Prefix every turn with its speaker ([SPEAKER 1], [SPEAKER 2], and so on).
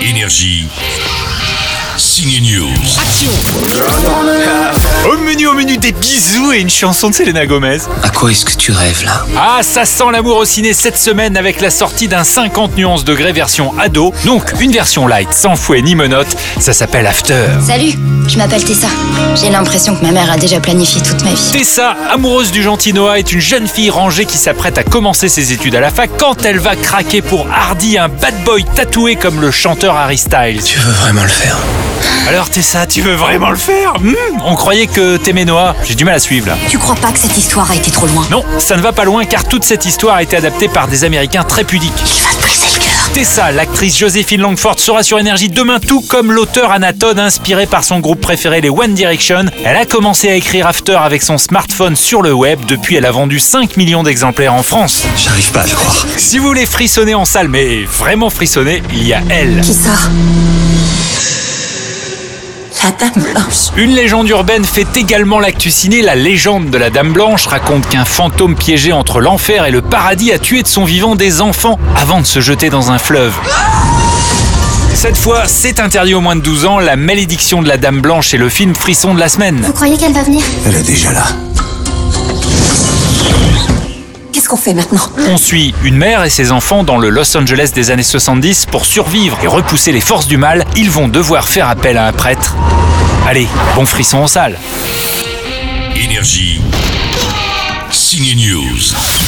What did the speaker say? [SPEAKER 1] Énergie. Signe News.
[SPEAKER 2] Au menu, au menu, des bisous et une chanson de Selena Gomez.
[SPEAKER 3] À quoi est-ce que tu rêves là
[SPEAKER 2] Ah, ça sent l'amour au ciné cette semaine avec la sortie d'un 50 nuances degrés version ado, donc une version light, sans fouet ni menottes. Ça s'appelle After.
[SPEAKER 4] Salut, je m'appelle Tessa. J'ai l'impression que ma mère a déjà planifié toute ma vie.
[SPEAKER 2] Tessa, amoureuse du gentil Noah, est une jeune fille rangée qui s'apprête à commencer ses études à la fac quand elle va craquer pour Hardy, un bad boy tatoué comme le chanteur Harry Styles.
[SPEAKER 3] Tu veux vraiment le faire
[SPEAKER 2] Alors Tessa, tu veux vraiment le faire Hmm, On croyait que t'aimais Noah. J'ai du mal à suivre là.
[SPEAKER 4] Tu crois pas que cette histoire a été trop loin
[SPEAKER 2] Non, ça ne va pas loin car toute cette histoire a été adaptée par des Américains très pudiques.
[SPEAKER 4] Il va te briser le cœur.
[SPEAKER 2] Tessa, l'actrice Joséphine Langford sera sur Énergie demain, tout comme l'auteur Anatode, inspiré par son groupe préféré les One Direction. Elle a commencé à écrire After avec son smartphone sur le web. Depuis, elle a vendu 5 millions d'exemplaires en France.
[SPEAKER 3] J'arrive pas à le croire.
[SPEAKER 2] Si vous voulez frissonner en salle, mais vraiment frissonner, il y a elle.
[SPEAKER 4] Qui sort La dame blanche.
[SPEAKER 2] Une légende urbaine fait également l'actu ciné. La légende de la Dame Blanche raconte qu'un fantôme piégé entre l'enfer et le paradis a tué de son vivant des enfants avant de se jeter dans un fleuve. Cette fois, c'est interdit aux moins de 12 ans. La malédiction de la Dame Blanche et le film Frisson de la semaine.
[SPEAKER 4] Vous croyez qu'elle va venir
[SPEAKER 3] Elle est déjà là.
[SPEAKER 4] Qu'est-ce qu'on fait maintenant
[SPEAKER 2] On suit une mère et ses enfants dans le Los Angeles des années 70 pour survivre et repousser les forces du mal. Ils vont devoir faire appel à un prêtre. Allez, bon frisson en salle.
[SPEAKER 1] Énergie. Signe News.